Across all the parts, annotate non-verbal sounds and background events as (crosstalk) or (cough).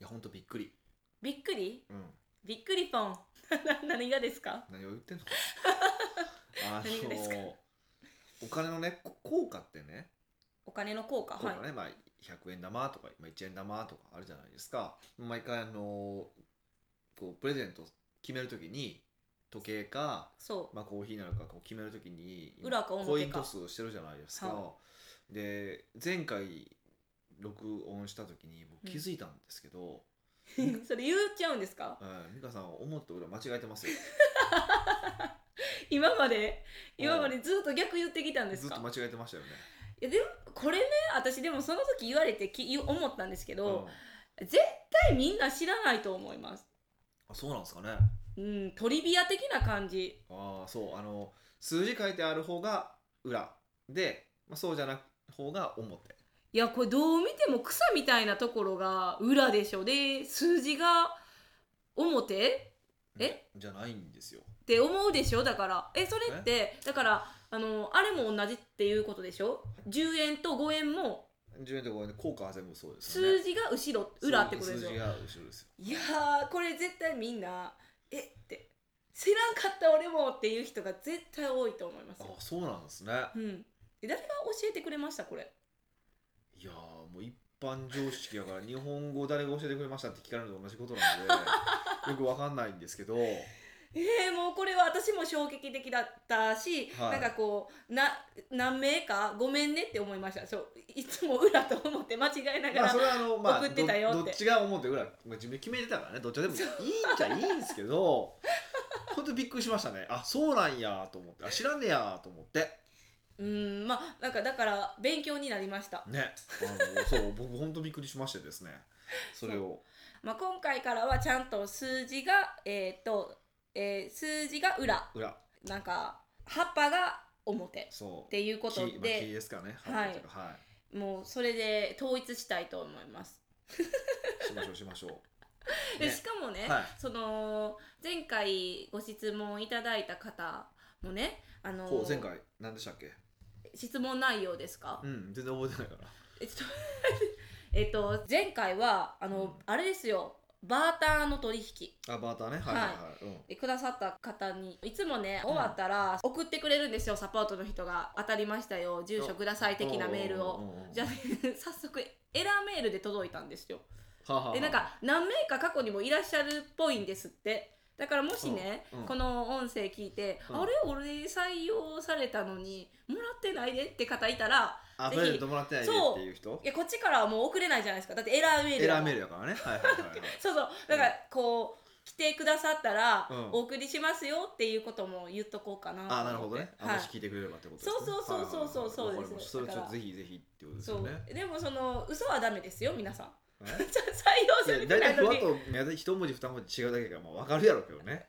やほんとびっくりびっくりうんびっくり (laughs) ポン何がですか何を言って (laughs) んのあ何がですかのお金のねこ効果ってねお金の効果効は果いね、まあ、100円玉とか、まあ、1円玉とかあるじゃないですか毎回あのこうプレゼント決めるときに時計か、そうまあ、コーヒーなのかこう決めるときに今裏か表かコイントスしてるじゃないですか、はで前回録音したときに僕気づいたんですけど、それ言っちゃうんです (laughs) かうん美香さん思った裏間違えてますよ今まで今までずっと逆言ってきたんですずっかと間違えてましたよね、いやでもこれね私でもその時言われてき言う思ったんですけどうん、絶対みんな知らないと思いますあそうなんですかねうんトリビア的な感じああそうあの数字書いてある方が裏で、まあ、そうじゃなく方が表いやこれどう見ても草みたいなところが裏でしょで数字が表えじゃないんですよって思うでしょだからえそれってだからあのあれも同じっていうことでしょ10円と5円も10円と5円で効果は全部そうですよね数字が後ろ裏ってことでし数ょ字が後ろですよいやーこれ絶対みんなえって知らんかった俺もっていう人が絶対多いと思いますあよ、そうなんですねうん、え誰が教えてくれましたこれいやーもう一般常識やから日本語誰が教えてくれましたって聞かれるのと同じことなんでよくわかんないんですけどえー、もうこれは私も衝撃的だったし、はいなんかこうな何名かごめんねって思いましたそういつも裏と思って間違えながら、まあそれはあの、まあ、送ってたよってどどっちが表裏まあ自分で決めてたからねどっちでもいいんじゃいいんですけど本当びっくりしましたねあそうなんやと思ってあ知らんねやと思ってうんまあなんかだから勉強になりました、ねあのそう僕本当びっくりしましてですねそれをまあ、今回からはちゃんと数字がえーっと、えー数字が裏裏なんか葉っぱが表っそうていうこと木まあ木でですかねはいとかはもうそれで統一したいと思います。いしましょうしましょ (laughs) う、でねしかもね、はいその前回ご質問いただいた方もねあのこう前回何でしたっけ質問内容ですか、うん全然覚えてないからえっとえっと前回はあの、うんあれですよバーターの取引あバーターねはいはいはい、うんでくださった方にいつもね終わったら送ってくれるんですよサポートの人が当たりましたよ住所ください的なメールうをんうんうんじゃあ、 (laughs) 早速エラーメールで届いたんですよはあはあでなんか何名か過去にもいらっしゃるっぽいんですってだからもしね、うんうんこの音声聞いて、うんあれ俺採用されたのにもらってないでって方いたらあぜプひレゼントもらってないでっていう人いやこっちからはもう送れないじゃないですかだってエラーメールエだラもーメんールやからねはいはい (laughs) はい、はいそうそうだからこう来てくださったら、うんお送りしますよっていうことも言っとこうかなと思ってあなるほどね。あ、はいもし聞いてくれればってことですね。そうそうそうそうそうはいはいはいわかりそうまでしたすそれちょっだからとぜひぜひってことですそようね。でもその嘘はダメですよ皆さん (laughs) え採用さいれやて大な体いふのわっにといや一文字二文字違うだけがまあわかるやろうけどね。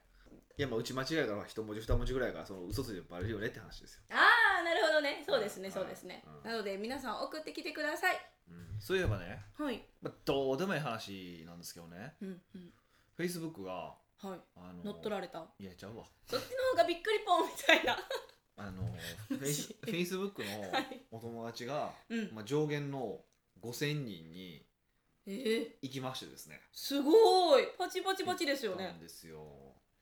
いやまあうち間違いから一文字二文字ぐらいがその嘘ついてバレるよねって話ですよ。ああなるほどねそうですねはいそうですね、うんなので皆さん送ってきてくださいうん、そういえばね、はいまあ、どうでもいい話なんですけどね。うんうんフェイスブックがはいあの乗っ取られたいやちゃうわ。そっちの方がびっくりポンみたいなあのフェイ (laughs) スフェイスブックのはいお友達が、うんまあ、上限の5000人にえー、行きましてですね。すごいパチパチパチですよ行ったねんですよ。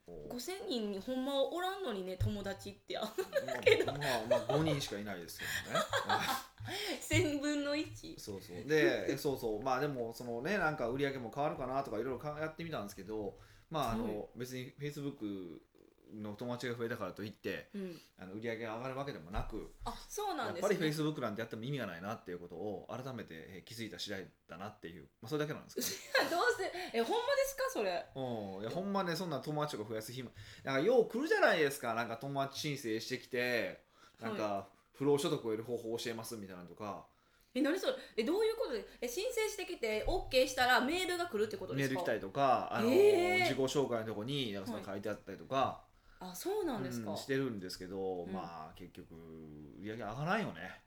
5000人にほんまおらんのにね友達ってあまあ、まあ、まあ、5人しかいないですけど (laughs) ね。 1000分の 1? そうそう。で、えそうそう。まあでも、そのね、なんか売り上げも変わるかなとかいろいろかやってみたんですけど、まああの、はい別に Facebook の友達が増えたからといって、うんあの売り上げが上がるわけでもなく、あそうなやんっですぱねり Facebook なんてやっても意味がないなっていうことを改めてえ気づいた次第だなっていう、まあそれだけなんですけど (laughs) ね。どうせえほんまですかそれうん、いやほんまねそんな友達とか増やす暇なんかよう来るじゃないですかなんか友達申請してきてなんか不労所得を得る方法を教えますみたいなのとかえ何それえどういうことでえ申請してきて OK したらメールが来るってことでメーすルか来たりとかあの、えー自己紹介のとこになんかその書いてあったりとか、あそうなんですか、うんしてるんですけど、うんまあ結局売り上げ上がらないよね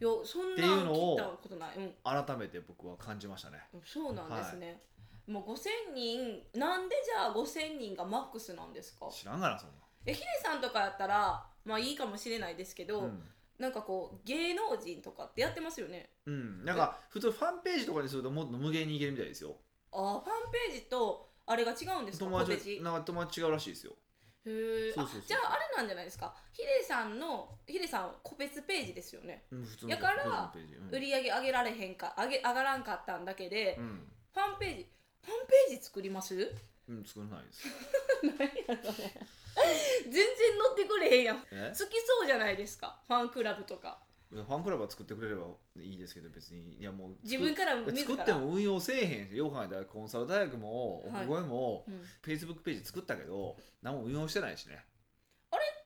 いやそんってないうんのを聞いたことない、うん、改めて僕は感じましたねそうなんですね、もう5000人なんでじゃあ5000人がマックスなんですか知らんがなそんえヒデさんとかやったらまあいいかもしれないですけど、な、うんなんかこう芸能人とかってやってますよねうん、なんか普通ファンページとかにするともっと無限にいけるみたいですよあーファンページとあれが違うんですか友コペ達ジなんか友達違うらしいですよへえそうそうそうじゃああれなんじゃないですかヒデさんのヒデさんは個別ページですよね、うん普通やから個人のページ、うん、売り上げ上げられへんか上げ上がらんかったんだけで、うん、ファンページファンページ作ります (laughs) うん、作らないです何やろね全然乗ってくれへんやん好え (laughs) きそうじゃないですかファンクラブとかいやファンクラブは作ってくれればいいですけど別にいやもう自分作からっ自作らっても運用せえへんしよう考えたらコンサル大学もはい奥越も、うん、フェイスブックページ作ったけど何も運用してないしね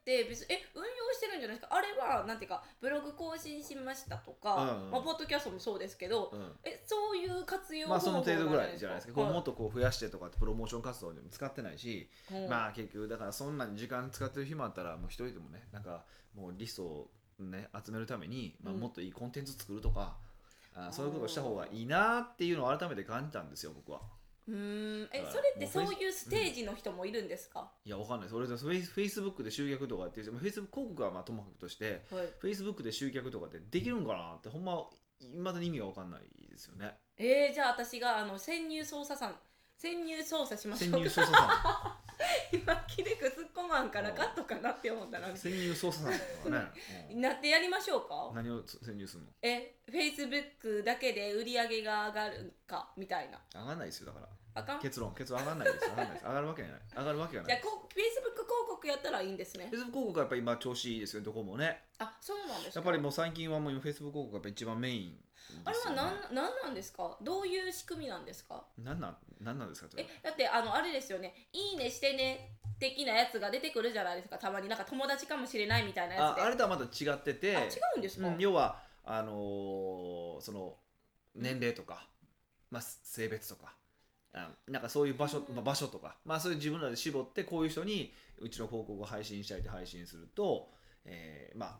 で別にえ運用してるんじゃないですかあれはなんていうかブログ更新しましたとか、うんうんまあ、ポッドキャストもそうですけど、うんえそういう活用まあ方その法程度ぐらいじゃないですか、こうはもっとこう増やしてとかってプロモーション活動にも使ってないし、うんまあ結局だからそんなに時間使ってる暇あったらもう一人でもねなんかもうリストをね集めるために、まあ、うんもっといいコンテンツ作るとか、あーそういうことをした方がいいなっていうのを改めて感じたんですよ僕は。うーんえはいそれってもうそういうステージの人もいるんですか、いや、わかんないです。俺、フェイスフェイスブックで集客とかっていう、まあフェイスブック広告はまあともかくとして、はい、フェイスブックで集客とかってできるんかなって、ほんま、いまだに意味がわかんないですよね。えー、じゃあ私があの潜入捜査さん潜入捜査しまし潜ょ入う捜査かさ (laughs) 今キレク突っ込まんからカットかなって思ったらん。潜入捜査さんと (laughs) かね。うんなってやりましょうか何をつ潜入するのえフェイスブックだけで売り上げが上がるかみたいな上がんないですよ、だから。あかんじゃ結論、結論上がんないです。上がんないです。上がるわけがない。上がるわけがなあい。こフェイスブック広告やったらいいんですねフェイスブック広告はやっぱり今調子いいですよね、どこもね。あそうなんですかやっぱりもう最近はもう今フェイスブック広告がやっぱ一番メインあでれすよ、はね。なんなんなんですかどういう仕組みなんですかなんなんなんなんですかそれえだってあのあれですよね「いいねしてね」的なやつが出てくるじゃないですかたまになんか友達かもしれないみたいなやあつであれとはまた違ってて。あ違うんですか、うん、要はあのーその年齢とか、まあ、す性別とかあなんかそういう場所,、うんまあ、場所とか、まあ、そういう自分らで絞ってこういう人にうちの広告を配信したいって配信すると、えーまあ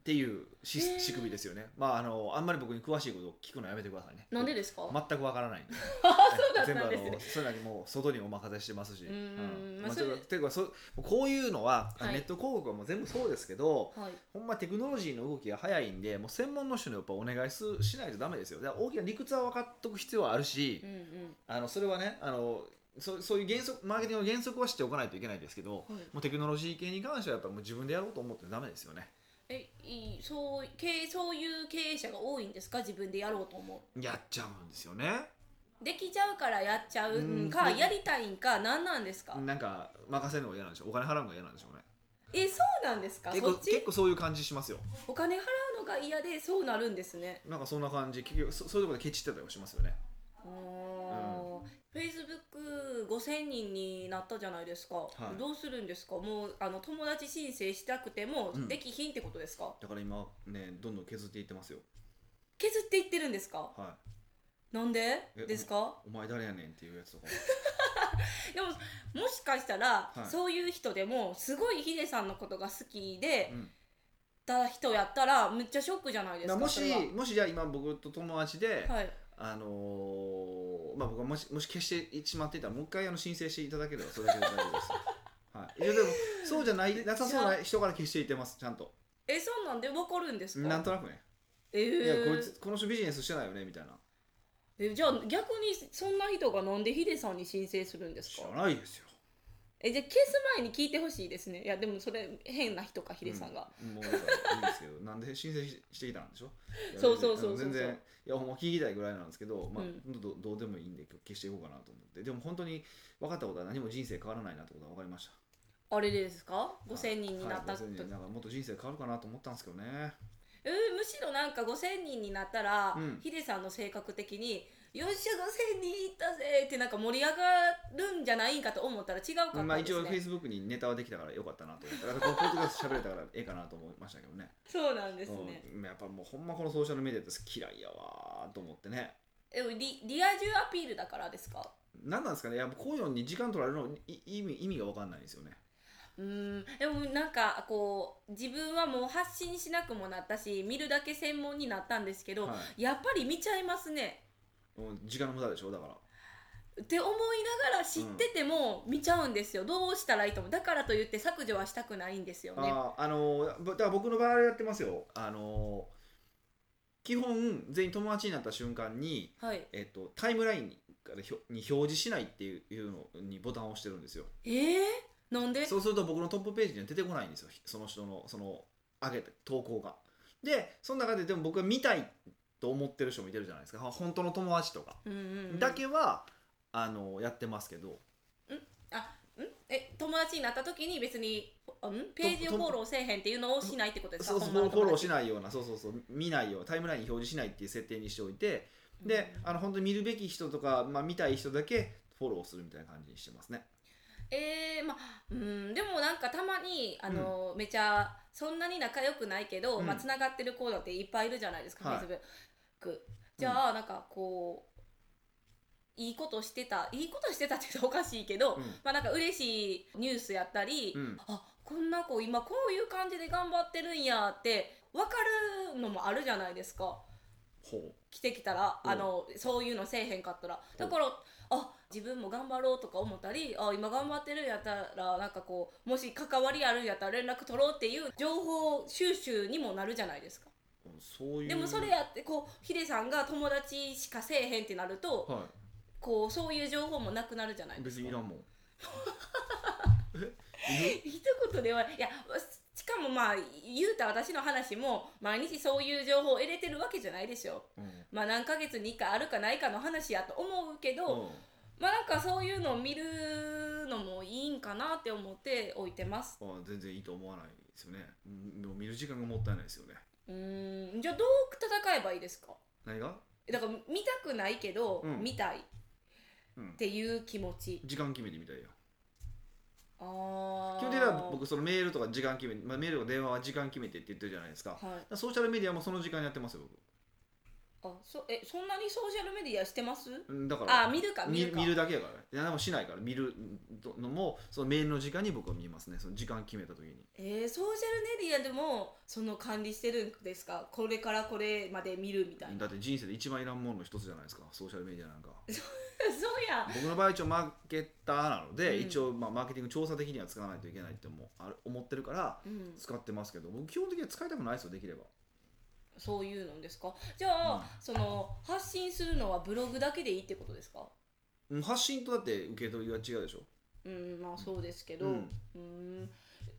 っていうしへー仕組みですよね、まああのあんまり僕に詳しいことを聞くのはやめてくださいねなんでですか、全くわから (laughs) ないんでだった全部あんのでそすねういうのにもう外にお任せしてますしうんうんまあまあそれてかてかそうこういうのは、はいネット広告はもう全部そうですけど、はい、ほんまテクノロジーの動きが早いんで、もう専門の人にやっぱお願いすしないとダメですよ。だから大きな理屈は分かっとく必要はあるし、うんうんあのそれはねあのそ、そういう原則、マーケティングの原則は知っておかないといけないですけど、はいもうテクノロジー系に関してはやっぱもう自分でやろうと思ってダメですよね。えいいそう経営そういう経営者が多いんですか自分でやろうと思やっちゃうんですよね。うできちゃうからやっちゃうんかうんやりたいんか何なんですか、なんか任せるのが嫌なんでしょう。お金払うのが嫌なんでしょうね。えそうなんですか結そ構っ結ち構そういう感じしますよ。お金払うのが嫌でそうなるんですねなんかそんな感じ、結局そそういうところでケチってたりもしますよね。フェイスブック5000人になったじゃないですか、いどうするんですかもうあの友達申請したくてもうんできひんってことですか、だから今ね、どんどん削っていってますよ。削っていってるんですかはなんでえですかい。お前誰やねんっていうやつとかも。でももしかしたら、はいそういう人でもすごいヒデさんのことが好きでうんた人やったらむっちゃショックじゃないですまかあもそしれはもしじゃあ今僕と友達で、はいあのーまあ僕はもしもし消してしまっていたらもう一回あの申請していただければそれだけで大丈夫です。 (laughs) はい。いやでもそうじゃないなさそうな人から消していってますちゃんと。えそんなんでわかるんですかなんとなくね。えーいやこいつこの人ビジネスしてないよねみたいな。えじゃあ逆にそんな人がなんでヒデさんに申請するんです知からないですよ。えじゃあ消す前に聞いてほしいですねいやでもそれ変な人かヒデさんが、うん。もうだからいいんですけ (laughs) どなんで申請ししてきたんでしょ。いやそうそうそうそう全然いやほんま聞きたいぐらいなんですけど、まあうんどどうでもいいんで消していこうかなと思って。でも本当に分かったことは何も人生変わらないなってことは分かりました。あれですか5000人になったはいと、 5000人なんかもっと人生変わるかなと思ったんですけどねえーむしろなんか5000人になったら、うんヒデさんの性格的に「よっしゃ5000人いったぜ!」ってなんか盛り上がるんじゃないんかと思ったら違うかったんですね、まあ一応フェイスブックにネタはできたからよかったなと思ってだからこのポッドキャスト喋れたからええかなと思いましたけどねそうなんですね、うん、やっぱもうほんまこのソーシャルメディアって嫌いやわーと思ってねでもリリア充アピールだからですか何なんですかねやっぱこういうのに時間取られるのい意味意味が分かんないんですよねうーんでもなんかこう自分はもう発信しなくもなったし見るだけ専門になったんですけど、はやっぱり見ちゃいますねい、うん、時間の無駄でしょだからって思いながら知ってても見ちゃうんですよ、どうしたらいいと思うだからといって削除はしたくないんですよねあーあのーぶだから僕の場合はやってますよあのー基本全員友達になった瞬間に、はいえっと、タイムラインにからひょに表示しないっていうのにボタンを押してるんですよえー、なんでそうすると僕のトップページには出てこないんですよその人のその上げた投稿がでその中ででも僕が見たいと思ってる人もいてるじゃないですか本当の友達とか、うんうんうんだけはあのやってますけどんえ友達になった時に別にんページをフォローせえへんっていうのをしないってことですかそうそう本フ場のォロ友ー達しないようなそうそうそう見ないようなタイムラインに表示しないっていう設定にしておいてでうんあの本当に見るべき人とか、まあ、見たい人だけフォローするみたいな感じにしてますねえー、まあうんでもなんかたまにあの、めちゃそんなに仲良くないけど、うんまあつながってる子だっていっぱいいるじゃないですか、はい Facebook じゃあ、なんかこういいことしてたいいことしてたって言うとおかしいけど、うんまあなんか嬉しいニュースやったり、うんあこんな子今こういう感じで頑張ってるんやって分かるのもあるじゃないですか。ほ来てきたら、うんあのそういうのせえへんかったらうんだから、あ自分も頑張ろうとか思ったりあ今頑張ってるんやったらなんかこうもし関わりあるんやったら連絡取ろうっていう情報収集にもなるじゃないですかううんそういうでもそれやってこうヒデさんが友達しかせえへんってなると、はこうそういう情報もなくなるじゃないいです別かにいらんもんえ一言ではいやしかもまあ言うた私の話も毎日そういう情報を得れてるわけじゃないでしょ犬まあ何ヶ月に1回あるかないかの話やと思うけど、うん、うんまあなんかそういうのを見るのもいいんかなって思って置いてます。あー全然いいと思わないですよねうんでも見る時間がもったいないですよねうーん、じゃあどう戦えばいいですか何が、だから見たくないけど、うん見たいっうん、ていう気持ち。時間決めてみたいよあ基ー本的には僕そのメールとか時間決め、まあ、メールとか電話は時間決めてって言ってるじゃないですかだかはい。らソーシャルメディアもその時間にやってますよあ、そ、え、そんなにソーシャルメディアしてます僕うんだからあ、見るか、見見るか。見るだけやからねいや何もしないから見るのもそのメールの時間に僕は見ますねその時間決めた時にえーソーシャルメディアでも、その管理してるんですかこれからこれまで見るみたいな。だって人生で一番いらんものの一つじゃないですかソーシャルメディアなんか (laughs) そうや。僕の場合一応マーケッターなので、うん一応まあマーケティング調査的には使わないといけないってもある思ってるからうん。使ってますけど僕基本的には使いたくないですよできればそういうのですかじゃあ、うんその発信するのはブログだけでいいってことですかうん発信とだって受け取りが違うでしょうんまあそうですけど、ううんーん、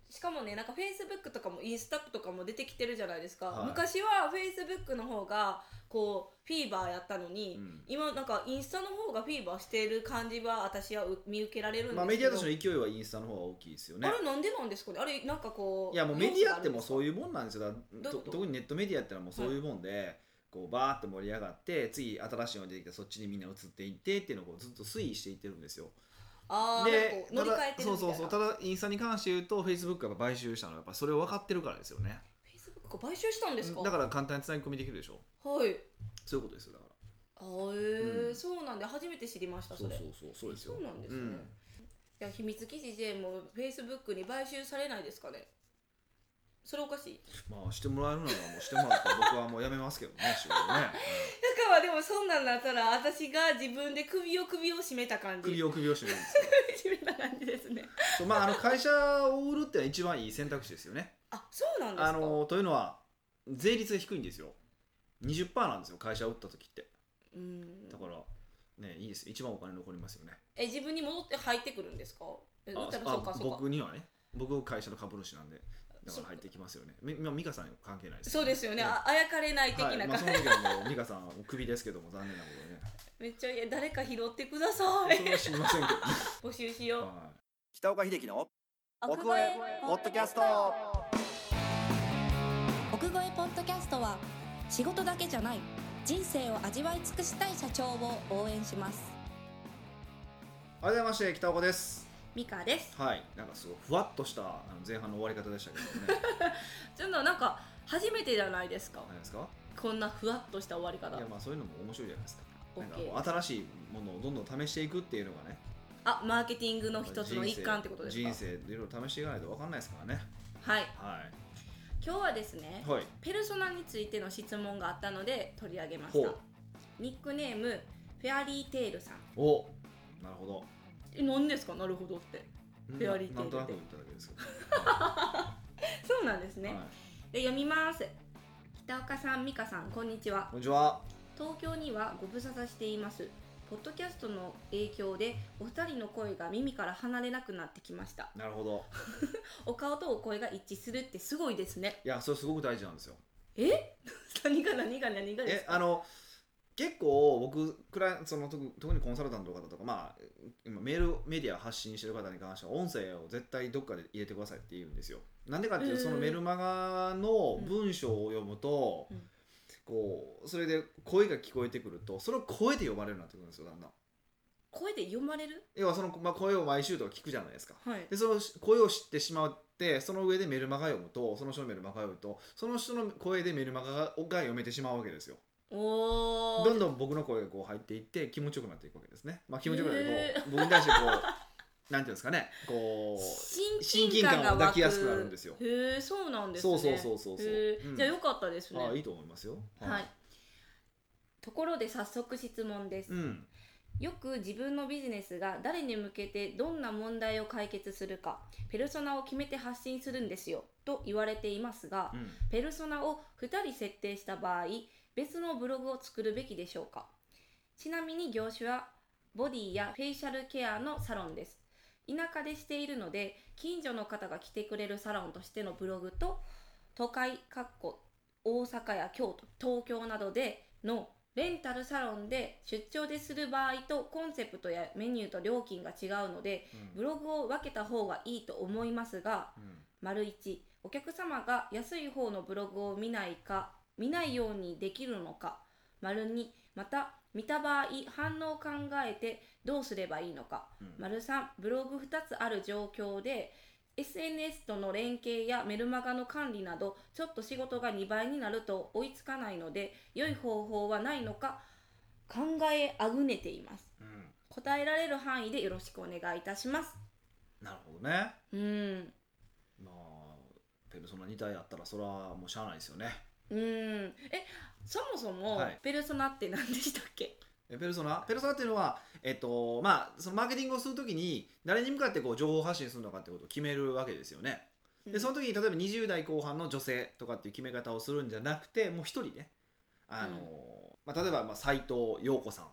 しかもねなんかフェイスブックとかもインスタとかも出てきてるじゃないですか、はい昔はフェイスブックの方がこうフィーバーやったのに、うん今なんかインスタの方がフィーバーしてる感じは私はう見受けられるんですけど、まあメディアとしての勢いはインスタの方が大きいですよねあれなんでなんですかねあれなんかこういやもうメディアってもううそういうもんなんですよだからどういうことと特にネットメディアってのはもうそういうもんで、こうバーって盛り上がって次新しいのが出てきてそっちにみんな移っていってっていうのをこうずっと推移していってるんですよあーなでんかこう乗り換えてるみたいそなうそうそうただインスタに関して言うとフェイスブックが買収したのはやっぱそれを分かってるからですよねフェイスブック買収したんですかだから簡単につなぎ込みできるでしょはいそういうことですよだかあーえーうんそうなんで初めて知りましたらそれそうそうそうそうですよそうなんですね、いや秘密基地 J もフェイスブックに買収されないですかねそれおかしいうんまあしてもらえるならもうしてもら (laughs) ったら僕はもうやめますけどね仕事ね、だからでもそんなんだったら私が自分で首を首を絞めたう感んじ首をを首を絞めるんですよ (laughs) 絞めた感じですねそうまああの会社を売るってのは一番いい選択肢ですよねあそうなんですかあのというのは税率が低いんですよ20%なんですよ会社を売った時ってうんだからねいいですよ一番お金残りますよねえ自分に戻って入ってくるんですかえだったらあそうかそうか僕にはね僕会社の株主なんでだから入ってきますよねみまあ美香さん関係ないですそうですよね、んああやかれない的はいなま感あ、じ、その時はもう美香さんはクビですけども残念なこめっちゃいや誰か拾ってくださといねそれは知りませんけど、 (laughs) 募集しようはい、北岡秀樹の奥越えポッドキャスト奥越えポッドキャストは仕事だけじゃない人生を味わい尽くしたい社長を応援しますありがとうございまして北岡ですミカですはいなんかすごいふわっとしたあの前半の終わり方でしたけど (laughs) ねちょっとなんか初めてじゃないですか何ですかこんなふわっとした終わりい方やまあそういうのも面白いじゃないですかなんか OK こう新しいものをどんどん試していくっていうのがねあマーケティングの一つの一環ってことですか人生人生でいろいろ試していかないと分かんないですからねはいは今日はですねいはいペルソナについての質問があったので取り上げましほたうニックネームフェアリーテイルさんおなるほどえ何ですかなるほどってフェアリーテールでなんとなく言っただけですけどそうなん (laughs) ですね、はい、で読みます北岡さん美香さんこんにちはこんにちは東京にはご無沙汰していますポッドキャストの影響でお二人の声が耳から離れなくなってきましたなるほどお顔とお声が一致するってすごいですねいやそれすごく大事なんですよえ (laughs) 何が何が何がですえかあの結構僕クライその特特にコンサルタントの方とか、まあ、今メールメディア発信してる方に関しては音声を絶対どっかで入れてくださいって言うんですよ。なんでかっていうとへーそのメルマガの文章を読むと、うんこうそれで声が聞こえてくるとそれを声で呼ばれるようになってくるんですよだんだん。声で読まれる要はその、まあ、声を毎週とか聞くじゃないですか。はいでその声を知ってしまってその上でメルマガ読むとその人のメルマガ読むとその人の声でメルマガがが読めてしまうわけですよ。おどーんどん僕の声がこう入っていって気持ちよくなっていくわけですね。まあ気持ちよくなってこう、へ僕に対してこう (laughs) なんていうんですかねこ親近感親近感が湧がく抱きやすくなるんですよへえそうなんう、ですそねうそうそうそうそう、へーうんじゃあよかったですねあいいと思いますよ。はい。ところで早速質問です、うんよく自分のビジネスが誰に向けてどんな問題を解決するかペルソナを決めて発信するんですよと言われていますが、うん。ペルソナを2人設定した場合別のブログを作るべきでしょうかちなみに業種はボディやフェイシャルケアのサロンです田舎でしているので近所の方が来てくれるサロンとしてのブログと都会かっこ大阪や京都東京などでのレンタルサロンで出張でする場合とコンセプトやメニューと料金が違うのでうんブログを分けた方がいいと思いますがうん丸一お客様が安い方のブログを見ないか見ないようにできるのか丸二また見た場合反応を考えてどうすればいいのかうん丸三ブログ2つある状況で SNS との連携やメルマガの管理などちょっと仕事が2倍になると追いつかないので良い方法はないのか考えあぐねていますうん答えられる範囲でよろしくお願いいたしますなるほどね。うんまあペルソナ2体あったらそれはもうしゃあないですよね。うんえそもそも、はいペルソナって何でしたっけえペルソナペルソナっていうのは、えっとまあ、そのマーケティングをするときに誰に向かってこう情報発信するのかってことを決めるわけですよね。でその時に例えば20代後半の女性とかっていう決め方をするんじゃなくてもう一人ねあのー、うんまあ、例えばまあ斉藤陽子さん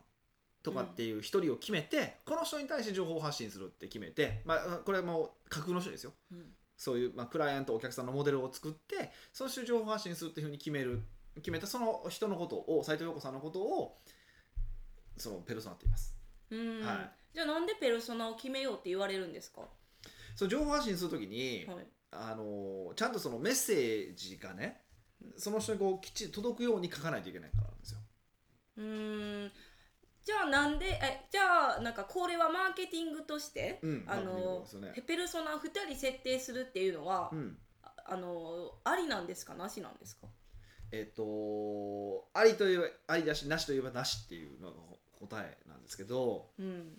とかっていう一人を決めて、この人に対して情報を発信するって決めて、まあ、これはもう架空の人ですようんそういう、まあ、クライアントお客さんのモデルを作ってその人に情報発信するっていうふうに決める決めたその人のことを斉藤陽子さんのことをそのペルソナって言います。うんはいじゃあなんでペルソナを決めようって言われるんですか、はその情報発信するときに、い、あのちゃんとそのメッセージがねその人にこうきっちり届くように書かないといけないからなんですよ。うーんじゃあなんでえじゃあなんかこれはマーケティングとして、うんあマーケティングのですよねペルソナ2人設定するっていうのは、うん、ああのありなんですかなしなんですかえっ、とありといえばありだしなしといえばなしっていうのが答えなんですけど、うん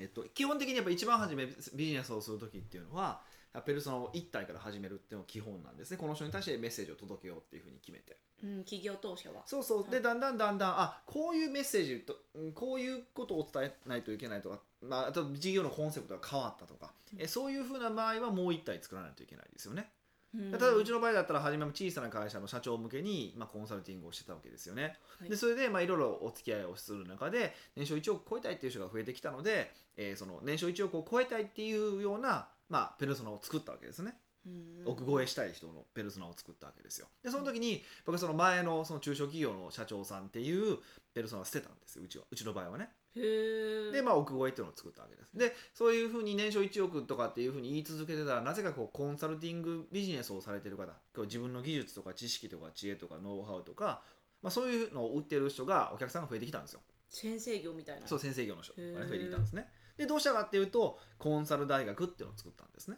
えっと、基本的にやっぱ一番初めビジネスをする時っていうのはペルソナを1体から始めるっていうのが基本なんですねこの人に対してメッセージを届けようっていうふうに決めて。うん、企業当社は。そうそう、はでいだんだんだんだんあこういうメッセージとうんこういうことを伝えないといけないとか、まあ、あと事業のコンセプトが変わったとか、えそういうふうな場合はもう一体作らないといけないですよね、うん例えばうちの場合だったら初めも小さな会社の社長向けに、まあ、コンサルティングをしてたわけですよね、はいでそれでまあいろいろお付き合いをする中で年商1億超えたいっていう人が増えてきたので、えーその年商1億を超えたいっていうような、まあ、ペルソナを作ったわけですねうん億超えしたい人のペルソナを作ったわけですよでその時に僕はその前のその中小企業の社長さんっていうペルソナを捨てたんですようちはうちの場合はねへーでまあ億超えっていうのを作ったわけですでそういうふうに年商1億とかっていうふうに言い続けてたらなぜかこうコンサルティングビジネスをされてる方こう自分の技術とか知識とか知恵とかノウハウとか、まあ、そういうのを売ってる人がお客さんが増えてきたんですよ先生業みたいな。そう先生業の人がねへー増えてきたんですねでどうしたかっていうとコンサル大学っていうのを作ったんですね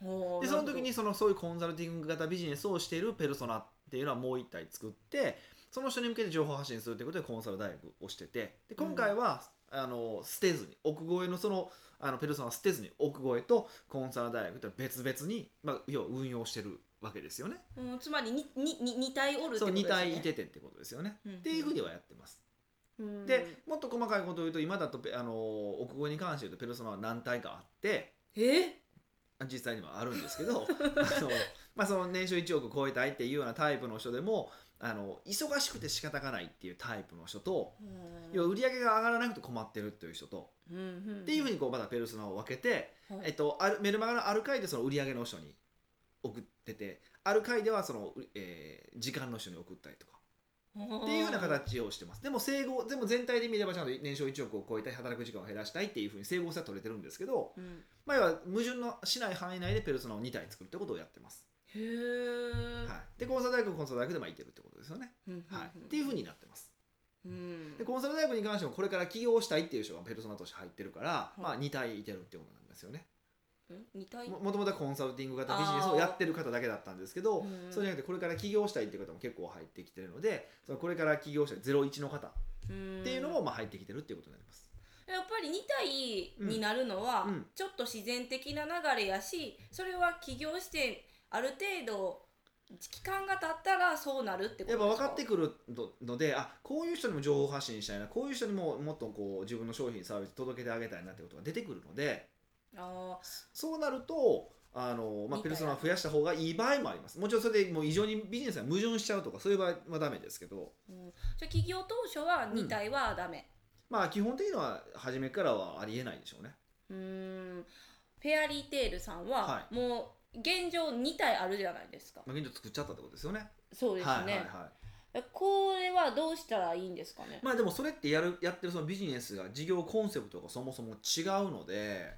ほーでその時になるそのそういうコンサルティング型ビジネスをしているペルソナっていうのはもう一体作ってその人に向けて情報発信するということでコンサル大学をしててで今回は、あの捨てずに奥越えのそのあのペルソナを捨てずに奥越えとコンサル大学というのは別々に、まあ、要は運用してるわけですよね。ほどうん、つまりににに二体おるってそうこ2とですね。体いててってことですよね。うんっていうふうにはやってます。うんでもっと細かいことを言うと今だとペあの奥語に関して言うとペルソナは何体かあってえ実際にはあるんですけ (laughs) どあの、まあ、その年収1億超えたいっていうようなタイプの人でもあの忙しくて仕方がないっていうタイプの人と要は売り上げが上がらなくて困ってるっていう人とっっていうふうにこうまたペルソナを分けて、はいえっと、あるメルマガのある回でその売り上げの人に送っててある回ではその、うえー時間の人に送ったりとか。っていうような形をしてます。でも整合、でも全体で見ればちゃんと年商1億を超えたい、働く時間を減らしたいっていうふうに整合性は取れてるんですけど、うんまあ、要は矛盾のしない範囲内でペルソナを2体作るってことをやってます。へえはい、で、コンサル大学、コンサル大学でまあいけるってことですよね。はい、っていうふうになってます。うんで、コンサル大学に関してもこれから起業したいっていう人がペルソナとして入ってるから、いまあ2体いてるってことなんですよね。うん似たいももともとはコンサルティング型ビジネスをやってる方だけだったんですけど、うんそうじゃなくてこれから起業したいっていう方も結構入ってきてるので、そのこれから起業したい01の方っうんていうのもまあ入ってきてるっていうことになります。やっぱり2体になるのはうんうんちょっと自然的な流れやしそれは起業してある程度期間が経ったらそうなるってこやとっですぱ分かかってくるののであこういう人にも情報発信したいなこういう人にももっとこう自分の商品サービス届けてあげたいなってことが出てくるのであそうなるとあの、まあ、理解ペルソナを増やした方がいい場合もありますもちろんそれでもう異常にビジネスが矛盾しちゃうとかそういう場合はダメですけど、ー、うん、じゃあ起業当初は2体はダメまあ、基本的には初めからはありえないでしょうねうーんフェアリーテイルさんははもう現状2体あるじゃないですか、まあ現状作っちゃったってことですよねそうですね、はいはいはいこれはどうしたらいいんですかね、まあでもそれってやるやってるそのビジネスが事業コンセプトがそもそも違うので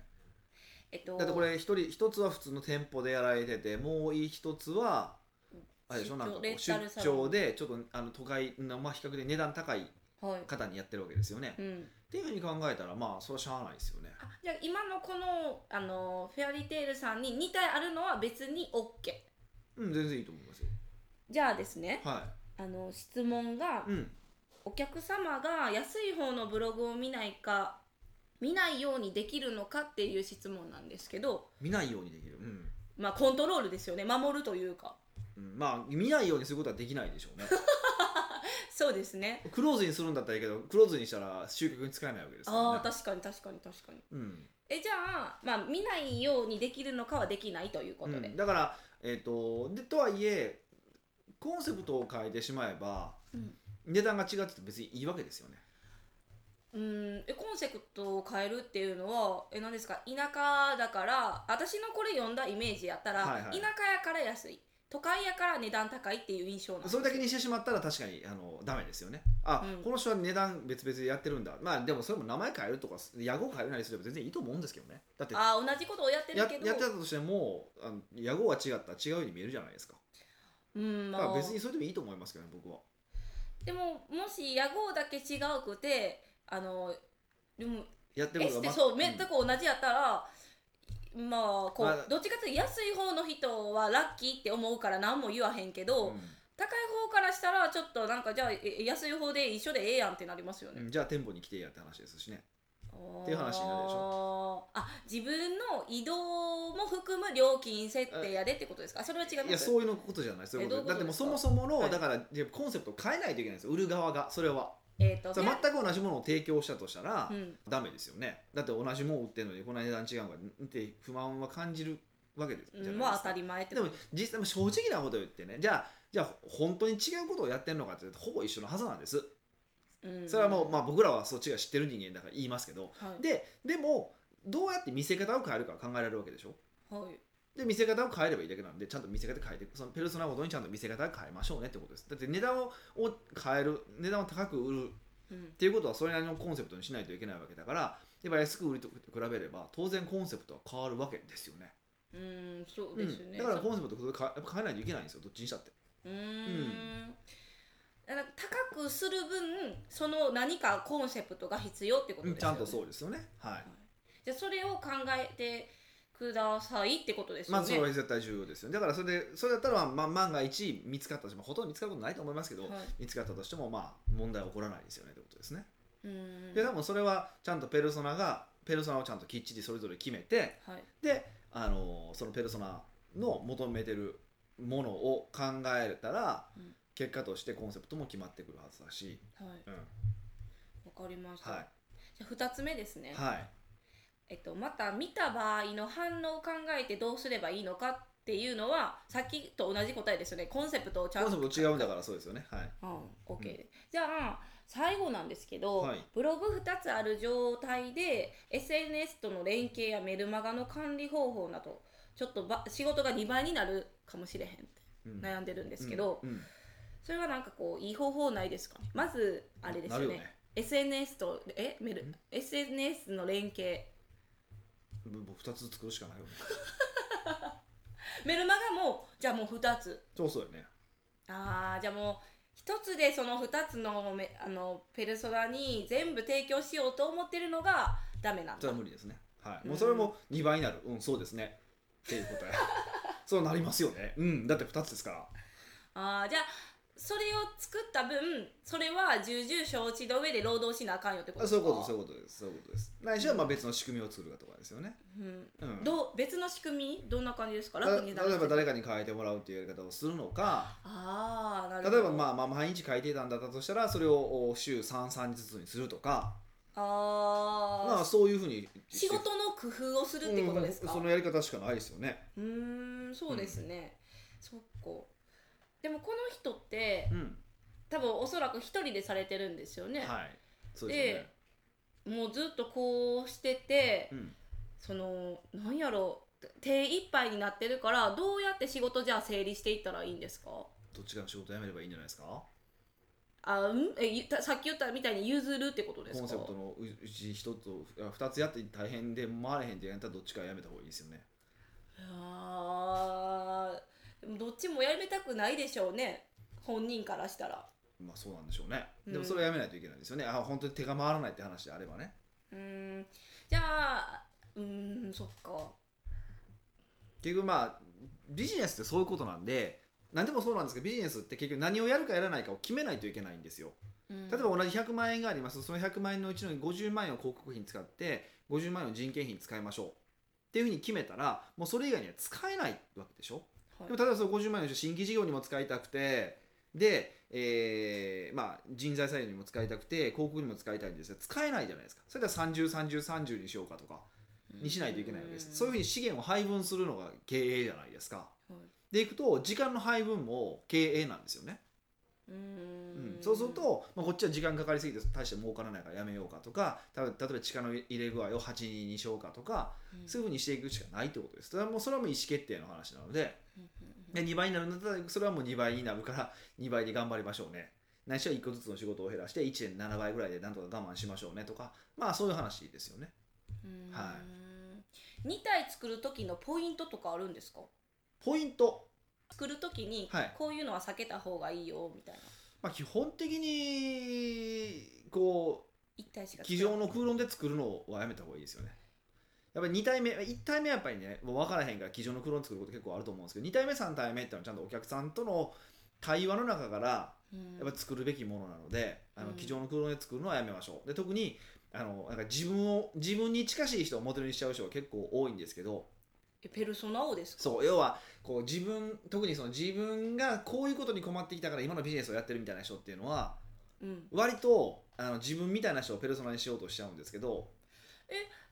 えっとだってこれ一人一つは普通の店舗でやられててもう一つはあれでしょ出張なんかこうレンタルサ出ロン張でちょっとあの都会の、まあ、比較的値段高いはい、方にやってるわけですよね、うっん、ていうふうに考えたらまあそれはしゃあないですよねあじゃあ今のこのあのフェアリーテイルさんに2体あるのは別に OK うん全然いいと思いますよじゃあですねはあの質問がいうんお客様が安い方のブログを見ないか見ないようにできるのかっていう質問なんですけど見ないようにできるうん、まあコントロールですよね守るというかうん、まあ見ないようにすることはできないでしょ (laughs) うねそうですねクローズにするんだったらいいけどクローズにしたら集客に使えないわけですから、ね、ああ確かに確かに確かにうんえじゃあまあ見ないようにできるのかはできないということで、うんだから、えー、とでとはいえコンセプトを変えてしまえば、うん値段が違ってて別にいいわけですよねうんえコンセプトを変えるっていうのはえ何ですか田舎だから私のこれ読んだイメージやったら、はいはい田舎やから安い都会やから値段高いっていう印象なんですそれだけにしてしまったら確かにあのダメですよねあ、うんこの人は値段別々でやってるんだまあでもそれも名前変えるとか野号変えるなりすれば全然いいと思うんですけどねだってやあー同じことをやってやるっけてどたとしてもあの野号は違ったら違うように見えるじゃないですか、うんままああ、別にそれでもいいと思いますけどね僕はでももし屋号だけ違うくてあのでもやってるエことがステまそう、ん全く同じやったらまあこう、まあどっちかというと安い方の人はラッキーって思うから何も言わへんけうど、ん高い方からしたらちょっとなんかじゃあえ安い方で一緒でええやんってなりますよねう。んじゃあ店舗に来てやって話ですしねっていう話になるでしょあ自分の移動も含む料金設定やでってことですかそれは違いますいやそういうのことじゃないそういうこえとどういだうっこてともうですそかもそもの、はいだからいやコンセプトを変えないといけないんですよ売る側がそれはえっとそれ全く同じものを提供したとしたら、うんダメですよねだって同じもん売ってるのにこんな値段違うからって不満は感じるわけですじゃうないですんかは当たり前ってでこもと実際も正直なこと言ってねじゃあじゃあ本当に違うことをやってるのかって言うとほぼ一緒のはずなんですうんそれはもう、まあ、僕らはそっちが知ってる人間だから言いますけどはいででもどうやって見せ方を変えるか考えられるわけでしょはいで見せ方を変えればいいだけなんでちゃんと見せ方変えてそのペルソナごとにちゃんと見せ方を変えましょうねってことですだって値段をを変える値段を高く売るうんっていうことはそれなりのコンセプトにしないといけないわけだからやっぱ安く売りと比べれば当然コンセプトは変わるわけですよねうんそうですようねん、だからそコンセプトを変えやっぱ変えないといけないんですよどっちにしたってうーんだから高くする分その何かコンセプトが必要ってことうでんすちよゃねんとそうですよねはいじゃあそれを考えてくださいってことですよねまあそれは絶対重要ですよねだからそれでそれだったら、まあ、万が一見つかったとしてもほとんど見つかることないと思いますけど、はい見つかったとしてもまあ問題は起こらないですよねってことですねうんで多分それはちゃんとペルソナがペルソナをちゃんときっちりそれぞれ決めてはいであのそのペルソナの求めてるものを考えたら、うん結果としてコンセプトも決まってくるはずだし、はいうんかりました、はじゃあ2つ目ですね、いはいえっと、また見た場合の反応を考えてどうすればいいのかっていうのはさっきと同じ答えですよねコンセプトをちゃんコとンセプト違うんだからそうですよねはいうん、う OK んじゃあ最後なんですけど、はいブログ2つある状態で SNS との連携やメルマガの管理方法などちょっとば仕事が2倍になるかもしれへんってうん悩んでるんですけど、うんうんそれはなんかこういい方法ないですかねまずあれですよねなるよね SNS とえメルん SNS の連携僕2つ作るしかないよねメルマガもじゃあもう2つそうそうよねあーじゃあもう一つでその2つのめあのペルソナに全部提供しようと思ってるのがダメなんそだれは無理ですねはいもうそれも2倍になるうんそうですねっていう (laughs) 答えそうなりますよねうんだって2つですからあーじゃあそれを作った分それは重々承知の上で労働しなあかんよってことあでそうすいうかことそういうことですそういうことですないしはまあ別の仕組みを作るかとかですよねうんうんどう別の仕組みどんな感じですかだ楽例にえなるば誰かに変えてもらうっていうやり方をするのかああなるほど例えばまあまあ毎日書いてたんだったとしたらそれをお週33ずつにするとかあーまあそういうふうに仕事の工夫をするってことですかうんそのやり方しかないですよねうーんそうですね、そっかでもこの人ってうん多分おそらく一人でされてるんですよね、はいそうですよね、もうずっとこうしてて、うんそのなんやろ手一杯になってるからどうやって仕事じゃあ整理していったらいいんですかどっちかの仕事辞めればいいんじゃないですかあうんえゆたさっき言ったみたいに譲るってことですコかンセプトのううち一つをあ二つやって大変で回れへんってやったらどっちかやめた方がいいですよねあーでもどっちもやめたくないでしょうね本人からしたらまあそうなんでしょうねうんでもそれはやめないといけないですよね、あ本当に手が回らないって話であればねうーんじゃあうーんそっか結局まあビジネスってそういうことなんで何でもそうなんですけどビジネスって結局何をやるかやらないかを決めないといけないんですようん例えば同じ100万円がありますその100万円のうちの50万円を広告費に使って50万円を人件費に使いましょうっていうふうに決めたらもうそれ以外には使えないわけでしょはいでも例えばその50万円の新規事業にも使いたくてで、えーまあ、人材採用にも使いたくて広告にも使いたいんですが使えないじゃないですかそれでは303030にしようかとかにしないといけないわけです、そういうふうに資源を配分するのが経営じゃないですか、はいでいくと時間の配分も経営なんですよねうーんそうすると、まあ、こっちは時間かかりすぎて大して儲からないからやめようかとかた例えば力の入れ具合を8にしようかとかうんそういうふうにしていくしかないってことですそれはもうそれはもう意思決定の話なのでうんで2倍になるんだったらそれはもう2倍になるから2倍で頑張りましょうねないしは1個ずつの仕事を減らして1.7倍ぐらいでなんとか我慢しましょうねとかまあそういう話ですよねうんはうん2体作る時のポイントとかあるんですかポイント、作る時にはいこういうのは避けた方がいいよみたいなまあ、基本的にこう一体しか作机らな上いの空論で作るのはやめた方がいいですよね。やっぱり2体目、1体目はやっぱりね、もう分からへんから、机上の空論作ること結構あると思うんですけど、2体目、3体目っていうのはちゃんとお客さんとの対話の中から、うんやっぱ作るべきものなので、あうのん机上の空論で作るのはやめましょう。で、特に、あのなんか自分を自分に近しい人をモデルにしちゃう人が結構多いんですけどえペルソナをですかそう要はこう自分特にその自分がこういうことに困ってきたから今のビジネスをやってるみたいな人っていうのはうん割とあの自分みたいな人をペルソナにしようとしちゃうんですけど、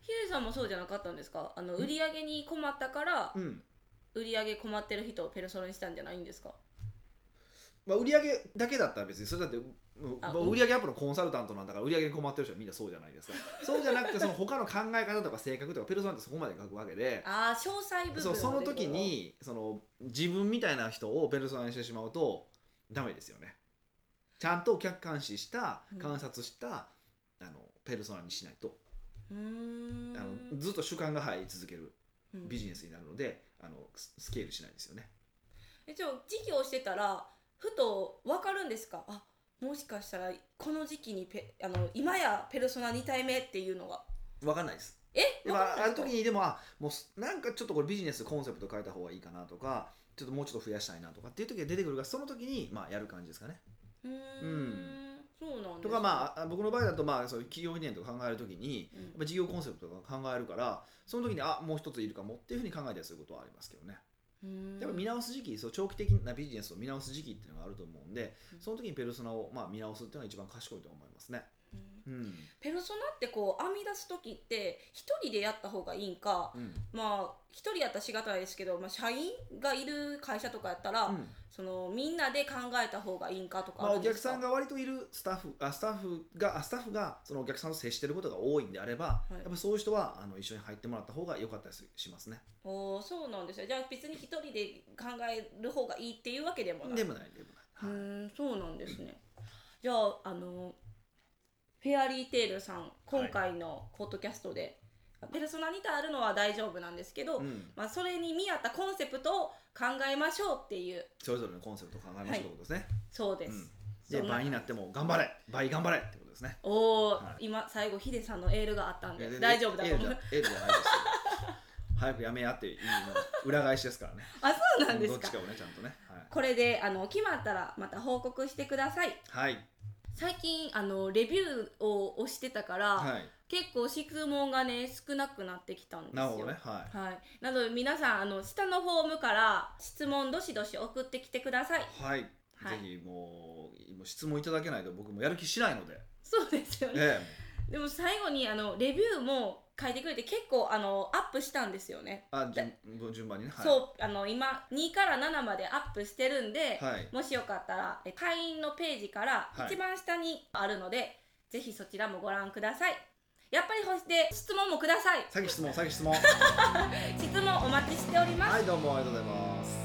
ヒデさんもそうじゃなかったんですかあの売り上げに困ったからうん、売り上げ困ってる人をペルソナにしたんじゃないんですかまあ、売り上げだけだったら別にそれだってもうあまあうん売り上げアップのコンサルタントなんだから売り上げに困ってる人はみんなそうじゃない (laughs) ですかそうじゃなくてその他の考え方とか性格とかペルソナってそこまで書くわけでああ詳細部分そうその時までこにその自分みたいな人をペルソナにしてしまうとダメですよねちゃんと客観視したうん観察した、あのペルソナにしないとううーんあのずっと主観が入り続けるうんビジネスになるのであのススケールしないですよねえじゃあ時期をしてたらふと分かるんですかあもしかしたらこの時期にペあの今やペルソナ2体目っていうのが分かんないですえでもああるる時にでもあもうすなんかちょっとこれビジネスコンセプト変えた方がいいかなとかちょっともうちょっと増やしたいなとかっていう時が出てくるからその時にまあやる感じですかね。うーんんそうなんですとかまああ僕の場合だとまあそういう企業理念とか考える時にうんやっぱ事業コンセプトとか考えるからその時にあもう一ついるかもっていうふうに考えたりすることはありますけどね。うーんやっぱ見直す時期そう長期的なビジネスを見直す時期っていうのがあると思うんでうんその時にペルソナをまあ見直すっていうのが一番賢いと思いますね。うんうんペルソナってこう編み出す時って一人でやった方がいいんかうんまあ一人やったらしがたいですけど、まあ、社員がいる会社とかやったら、うんそのみんなで考えた方がいいんかとかまあ、あるおで客すかさんが割といるスタッフあスタッフがあスタッフがそのお客さんと接していることが多いんであれば、いやっぱりそういう人はあの一緒に入ってもらった方が良かったりすしますね。おーそうなんですよじゃあ別に一人で考える方がいいっていうわけでもないでもないでもうない。はいーんそうなんですねじゃああのフェアリーテイルさん今回のポッドキャストで、ペルソナにあるのは大丈夫なんですけど、うん、まあ、それに見合ったコンセプトを考えましょうっていうそれぞれのコンセプトを考えましょうということですね。そうです、うんでそんな倍になっても頑張れ倍頑張れってことですね。おお、はい今最後ヒデさんのエールがあったんいやでで大丈夫だエとール思じゃうエールじゃないですよ。早くやめやっていう意味の裏返しですからね。 (laughs) あそう (laughs) なんでどすっかちかをねちゃんとね。これであの決まったらまた報告してくださいはいはい最近あのレビューを押してたから、はい結構質問がね少なくなってきたんですよなるほどねはいはい、なので皆さんあの下のフォームから質問どしどし送ってきてくださいはい、はいぜひもうもう質問いただけないと僕もやる気しないので。そうですよねええでも最後にあのレビューも書いてくれて結構あのアップしたんですよね、あ順順番にね。はい、そうあの今2から7までアップしてるんで、はい。もしよかったらえ会員のページからはい一番下にあるので、ぜひそちらもご覧くださいやっぱりそして質問もください先質問、先質問。質問お待ちしておりますはい、どうもありがとうございます。